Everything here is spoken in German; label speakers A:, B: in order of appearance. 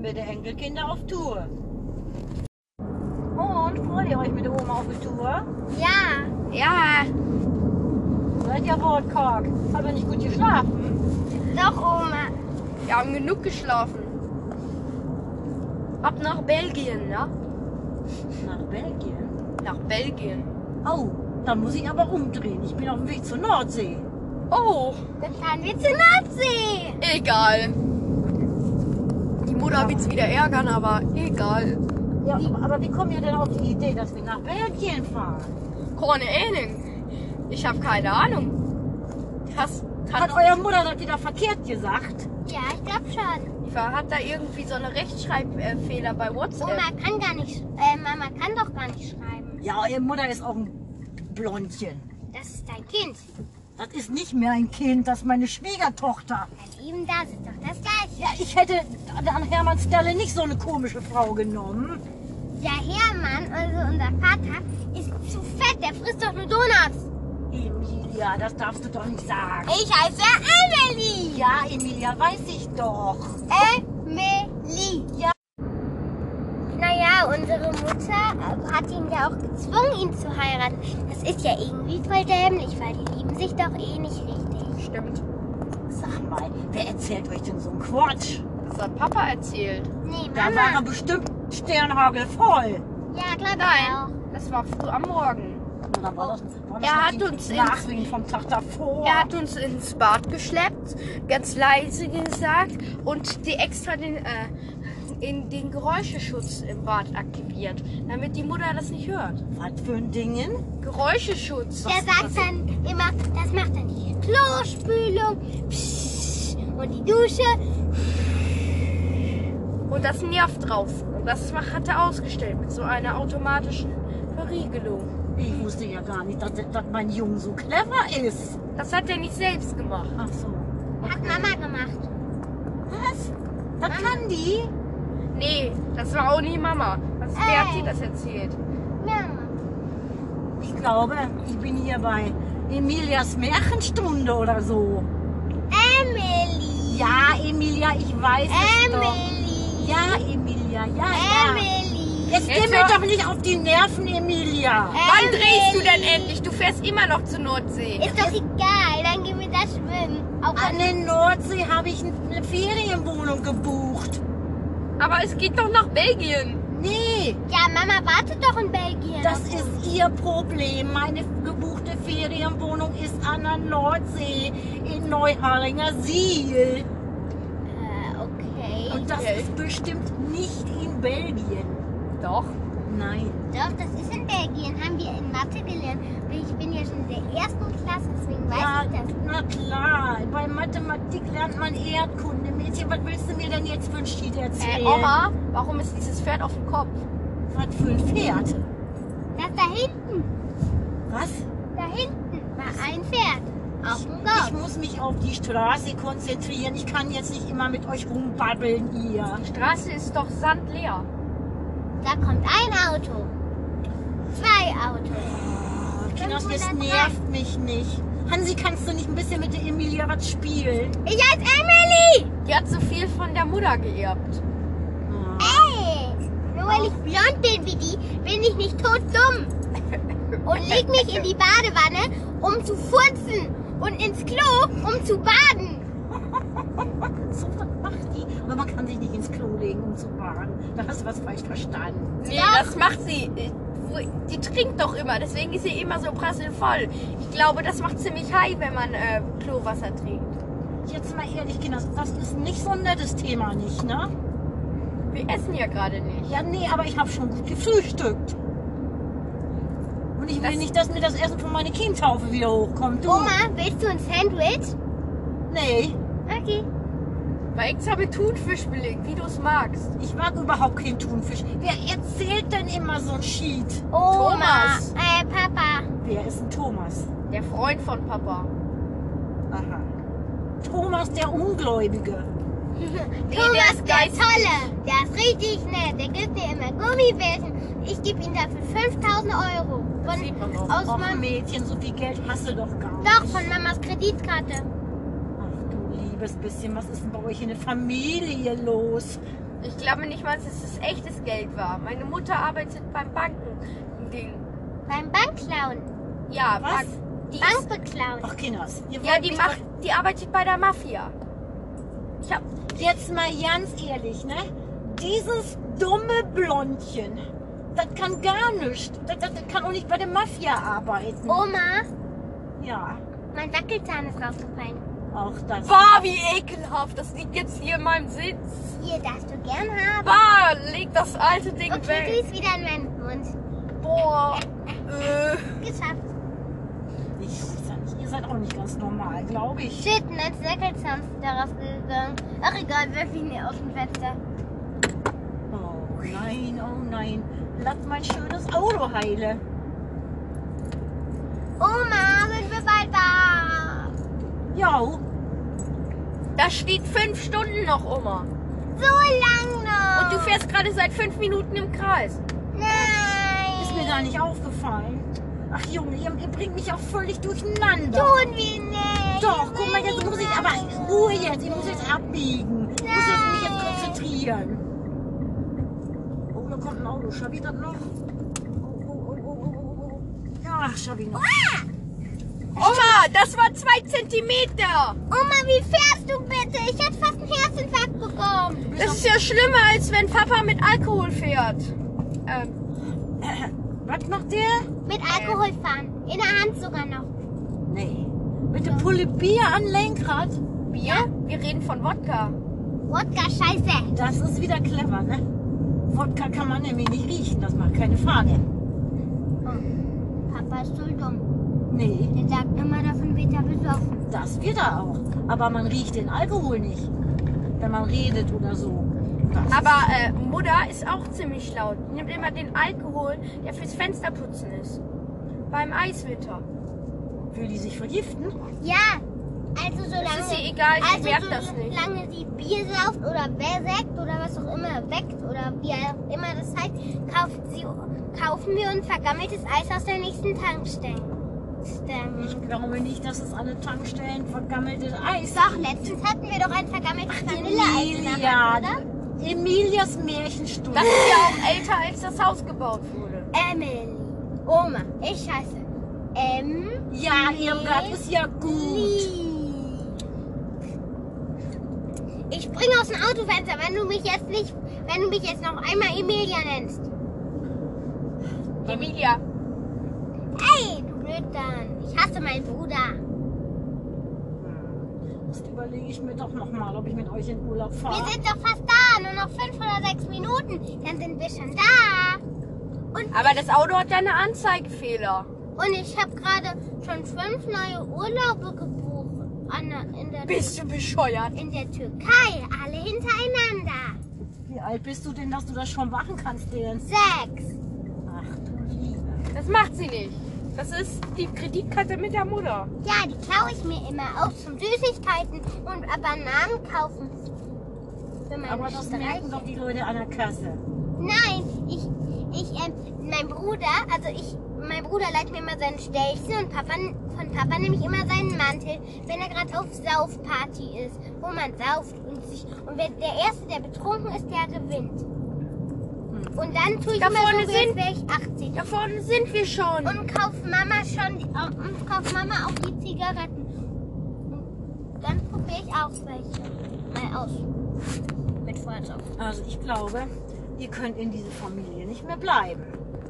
A: Mit den Enkelkinder auf Tour. Und freut ihr euch mit der Oma auf die Tour?
B: Ja.
C: Ja,
A: Seid ihr wortkarg? Habt ihr nicht gut geschlafen?
B: Doch, Oma.
C: wir haben genug geschlafen. Ab nach Belgien, ne?
A: Nach Belgien?
C: Nach Belgien.
A: Oh, dann muss ich aber umdrehen. Ich bin auf dem Weg zur Nordsee.
C: Oh,
B: Dann fahren wir zur Nordsee.
C: egal. Die Mutter wird's wieder ärgern, aber egal.
A: Ja, aber wie kommen ihr denn auf die Idee, dass wir nach Belgien fahren?
C: Corne Ehning. Ich habe keine Ahnung. Hast,
A: Hat
C: hat,
A: eure Mutter das wieder verkehrt gesagt?
B: Ja, ich glaube schon.
C: hat da irgendwie so eine Rechtschreibfehler bei WhatsApp?
B: Oma Oh, kann gar nicht, äh, Mama kann doch gar nicht schreiben.
A: Ja, eure Mutter ist auch ein Blondchen.
B: Das ist dein Kind.
A: Das ist nicht mehr ein Kind, das ist meine Schwiegertochter.
B: Dann eben da sitzt doch das Gleiche.
A: Ja, ich hätte an Hermanns Stelle nicht so eine komische Frau genommen.
B: Der Hermann, also unser Vater, ist zu fett. Der frisst doch nur Donuts.
A: Emilia, das darfst du doch nicht sagen.
B: Ich heiße Emily.
A: Ja, Emilia, weiß ich doch.
B: Emily.
A: Ja.
B: Naja, unsere Mutter äh, hat ihn ja auch gezwungen, ihn zu heiraten. Das ist ja irgendwie voll dämlich, weil die lieben sich doch eh nicht richtig.
C: Stimmt.
A: Sag mal, wer erzählt euch denn so einen Quatsch?
C: Das hat Papa erzählt.
B: Nee,
A: Da war er
B: Mama.
A: bestimmt Sternhagel voll.
B: Ja, klar,
C: Nein, das war früh am Morgen.
A: Oder war das, war das
C: Er
A: noch
C: hat
A: die
C: uns ins-
A: Nachrichten vom Tag davor.
C: Er hat uns ins Bad geschleppt, ganz leise gesagt und die extra den, äh, in den Geräuscheschutz im Bad aktiviert, damit die Mutter das nicht hört.
A: Was für ein Dingen?
C: Geräuscheschutz.
B: Der sagt dann immer, das macht dann die Klospülung psch, und die Dusche.
C: Und das nervt drauf. Und das hat er ausgestellt mit so einer automatischen Verriegelung.
A: Ich wusste ja gar nicht, dass, dass mein Junge so clever ist.
C: Das hat er nicht selbst gemacht.
A: Ach so.
B: Hat Mama gemacht.
A: Was? Das kann die?
C: Nee, das war auch nie Mama. Das, wer hat dir das erzählt?
B: Ja.
A: Ich glaube, ich bin hier bei Emilias Märchenstunde oder so.
B: Emily.
A: Ja, Emilia, ich weiß es doch.
B: Emily.
A: Ja, Emilia, ja, ja.
B: Emily.
A: Jetzt geh
C: Jetzt
A: mir
C: hör-
A: doch nicht auf die Nerven, Emilia.
C: Wann drehst du
B: Emily.
C: denn endlich? Du fährst immer noch zur Nordsee.
B: Ist doch egal, dann gehen wir da schwimmen. Auch
A: An
B: wenn
A: der Nordsee habe ich eine Ferienwohnung gebucht.
C: Aber es geht doch nach Belgien.
A: Nee,
B: ja, Mama wartet doch in Belgien.
A: das ist ihr Problem. Meine gebuchte Ferienwohnung ist an der Nordsee in Neuharinger Siel.
B: äh, okay.
A: Und das
C: Okay.
A: ist bestimmt nicht in Belgien.
C: Doch.
A: Nein.
B: Doch, das ist in Belgien, haben wir in Mathe gelernt. Ich bin ja schon in der ersten Klasse, deswegen weiß
A: Ja,
B: ich das.
A: na klar. Bei Mathematik lernt man Erdkunde. Mädchen, was willst du mir denn jetzt für ein Schied
C: Äh,
A: erzählen?
C: Oma, warum ist dieses Pferd auf dem Kopf?
A: Was für ein Pferd?
B: Das da hinten,
A: Was?
B: da hinten war ein Pferd. Auf dem Kopf.
A: Ich muss mich auf die Straße konzentrieren. Ich kann jetzt nicht immer mit euch rumbabbeln hier.
C: Die Straße ist doch sandleer.
B: Da kommt ein Auto. Zwei Autos.
A: Oh, Kinder, das
B: 503.
A: nervt mich nicht. Hansi, kannst du nicht ein bisschen mit der Emilia was spielen?
B: Ich heiße Emily.
C: Die hat so viel von der Mutter geerbt.
B: Äh?
A: Ah,
B: Ey, nur weil ich blond bin wie die, bin ich nicht tot dumm. Und leg mich in die Badewanne, um zu furzen. Und ins Klo, um zu baden.
A: So was macht die. Aber man kann sich nicht ins Klo legen, um zu baden. Da hast du was falsch verstanden.
C: Nee,
B: Doch.
C: das macht sie. Äh, wo- Die trinkt doch immer, deswegen ist sie immer so prasselvoll. Ich glaube, das macht ziemlich high, wenn man äh, Klowasser trinkt.
A: Jetzt mal ehrlich, Kinder, das ist nicht so ein nettes Thema, nicht, ne?
C: Wir essen ja gerade nicht.
A: Ja, nee, aber ich habe schon gut gefrühstückt. Und ich will
C: Das-
A: nicht, dass mir das Essen von meiner Kindtaufe wieder hochkommt. Du?
B: Oma, willst du ein Sandwich?
A: Nee,
B: Okay.
C: Bei extra mit Thunfisch belegt, wie du es magst.
A: ich mag überhaupt keinen Thunfisch. Wer erzählt denn immer so ein Schied?
B: Oma.
C: Thomas.
B: Äh, Papa.
A: Wer ist ein Thomas?
C: Der Freund von Papa.
A: Aha. Thomas der Ungläubige.
B: Thomas,
C: ist
B: der
C: geil.
B: Tolle. Der ist richtig nett. Der gibt mir immer Gummibärchen. Ich gebe ihm dafür 5000 Euro.
C: Das sieht man auch.
B: aus
A: Och,
B: meinem
A: Mädchen, so viel Geld hast du doch gar nicht.
B: Doch, von Mamas Kreditkarte.
A: Ach du liebe liebes bisschen, was ist denn bei euch in der Familie los?
C: Ich glaube nicht mal, dass es echtes Geld war. Meine Mutter arbeitet beim Banken-Ding.
B: Beim Bankklauen.
C: Ja,
A: Was?
C: Bank- Die ist,
B: Bank beklauen.
A: Ach, Kinders, ihr
C: ja,
A: wollt
C: die
A: mich
C: macht, die arbeitet bei der Mafia. Ich hab,
A: doch- Jetzt mal ganz ehrlich, ne? Dieses dumme Blondchen, das kann gar nichts. Das, das, das kann auch nicht bei der Mafia arbeiten.
B: Oma,
A: Ja,
B: mein Wackelzahn ist rausgefallen.
A: auch das.
C: boah, wie ekelhaft. Das liegt jetzt hier in meinem Sitz.
B: Hier darfst du gern haben.
C: Bah, leg das alte Ding
B: Okay, du
C: weg.
B: ist wieder in meinen Mund.
C: Boah. Äh.
B: Geschafft.
A: Ich, sag nicht, ihr seid auch nicht ganz normal, glaube ich.
B: Shit, mein Wackelzahn ist darauf gegangen. Ach egal, werf ihn mir aus dem Fenster.
A: Oh nein, oh nein. Lass mein schönes Auto heile.
B: Oma, sind wir bald da?
A: Ja,
C: Da steht fünf Stunden noch, Oma.
B: So lang noch.
C: Und du fährst gerade seit fünf Minuten im Kreis.
B: Nein.
A: ist mir gar nicht aufgefallen. Ach Junge, ihr, ihr bringt mich auch völlig durcheinander.
B: Tun wir nicht.
A: Doch, guck mal, jetzt muss ich aber Ruhe jetzt. Ich muss jetzt abbiegen. Ich muss jetzt mich jetzt konzentrieren. Oh, da kommt ein Auto. Schabi das noch? Oh, oh, oh, oh, oh, oh. Ja, Schabi noch.
B: Ah,
C: Oma, das war zwei Zentimeter.
B: Oma, wie fährst du bitte? Ich hätte fast einen Herzinfarkt bekommen.
C: Das ist ja schlimmer, als wenn Papa mit Alkohol fährt. Ähm,
A: Äh, Was macht der?
B: Mit Alkohol fahren. In der Hand sogar noch.
A: Nee. Mit dem Pulle Bier an Lenkrad?
C: Bier? Wir reden von Wodka.
B: Wodka, scheiße.
A: Das ist wieder clever, ne? Wodka kann man nämlich nicht riechen, das macht keine Fahne.
B: Oh, Papa ist voll dumm.
A: Nee,
B: Der sagt immer, davon wird er besoffen.
A: das wird er auch. Aber man riecht den Alkohol nicht, wenn man redet oder so. Das
C: Aber äh, Mutter ist auch ziemlich laut. Die nimmt immer den Alkohol, der fürs Fensterputzen ist. Beim Eiswitter.
A: will die sich vergiften?
B: Ja, also solange...
C: Das ist ihr egal, sie
B: also
C: merkt das nicht.
B: solange sie Bier sauft oder wer sägt oder was auch immer weckt oder wie auch immer das heißt, kauft sie, kaufen wir uns vergammeltes Eis aus der nächsten Tankstelle.
A: Ich glaube nicht, dass es an den Tankstellen vergammeltes Eis
B: Doch, letztens hatten wir doch ein vergammeltes Vanilleeis in der
A: Emilia,
B: Hand, oder?
A: Emilias
C: Das
A: Märchenstunde.
C: ist ja auch älter, als das Haus gebaut wurde.
B: Emily. Oma, ich heiße Emily.
A: Ja, Irmgard ist ja gut.
B: Ich springe aus dem Autofenster, wenn du mich jetzt nicht, wenn du mich jetzt noch einmal Emilia nennst.
C: Emilia,
B: Ey, du Blödmann. Ich hasse meinen Bruder.
A: Jetzt überlege ich mir doch nochmal, ob ich mit euch in Urlaub
B: Wir
A: fahre.
B: sind doch fast da. Nur noch fünf oder sechs Minuten. Dann sind wir schon da.
C: aber das Auto hat ja eine Anzeigefehler.
B: Und ich habe gerade schon fünf neue Urlaube gebucht. An der, in, der,
C: Bist du bescheuert?
B: in der Türkei. Alle hintereinander.
A: Wie alt bist du denn, dass du das schon machen kannst, Dance?
B: Sechs.
A: Ach du Liebe.
C: Das macht sie nicht. Das ist die Kreditkarte mit der Mutter.
B: Ja, die klaue ich mir immer auch zum Süßigkeiten und Bananen kaufen. Für meine
A: Aber das merken doch die Leute an der Kasse.
B: Nein, ich, ich, ähm, mein Bruder, also ich, mein Bruder leiht mir immer seinen Stelzen und Papa, von Papa nehme ich immer seinen Mantel, wenn er gerade auf Saufparty ist, wo man sauft und sich, und wer, der Erste, der betrunken ist, der gewinnt.
A: Hm.
B: Und dann tue ich
C: Da
B: immer
C: vorne
B: so, als
C: sind-
B: wäre ich 80.
C: Da vorne sind wir schon.
B: Und kauft Mama schon, die- äh, und kauft Mama auch die Zigaretten. Und dann probiere ich auch welche. Mal aus. Mit Feuerzeug.
A: Also ich glaube, ihr könnt in dieser Familie nicht mehr bleiben.